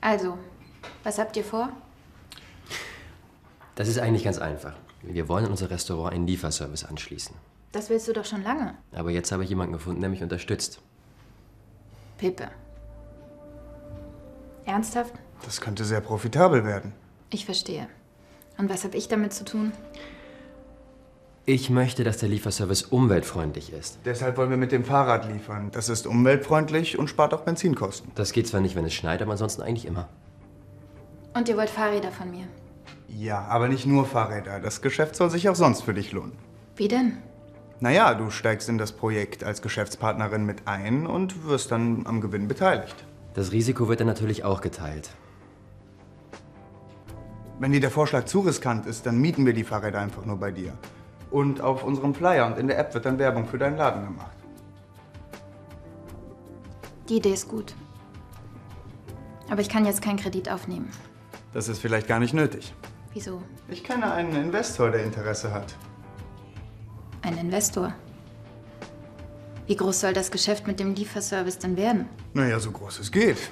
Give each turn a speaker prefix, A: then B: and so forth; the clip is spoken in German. A: Also, was habt ihr vor?
B: Das ist eigentlich ganz einfach. Wir wollen an unser Restaurant einen Lieferservice anschließen.
A: Das willst du doch schon lange.
B: Aber jetzt habe ich jemanden gefunden, der mich unterstützt.
A: Pepe. Ernsthaft?
C: Das könnte sehr profitabel werden.
A: Ich verstehe. Und was habe ich damit zu tun?
B: Ich möchte, dass der Lieferservice umweltfreundlich ist.
C: Deshalb wollen wir mit dem Fahrrad liefern. Das ist umweltfreundlich und spart auch Benzinkosten.
B: Das geht zwar nicht, wenn es schneit, aber ansonsten eigentlich immer.
A: Und ihr wollt Fahrräder von mir.
C: Ja, aber nicht nur Fahrräder. Das Geschäft soll sich auch sonst für dich lohnen.
A: Wie denn?
C: Naja, du steigst in das Projekt als Geschäftspartnerin mit ein und wirst dann am Gewinn beteiligt.
B: Das Risiko wird dann natürlich auch geteilt.
C: Wenn dir der Vorschlag zu riskant ist, dann mieten wir die Fahrräder einfach nur bei dir. Und auf unserem Flyer und in der App wird dann Werbung für deinen Laden gemacht.
A: Die Idee ist gut. Aber ich kann jetzt keinen Kredit aufnehmen.
C: Das ist vielleicht gar nicht nötig.
A: Wieso?
C: Ich kenne einen Investor, der Interesse hat.
A: Ein Investor. Wie groß soll das Geschäft mit dem Lieferservice denn werden?
C: Naja, so groß es geht.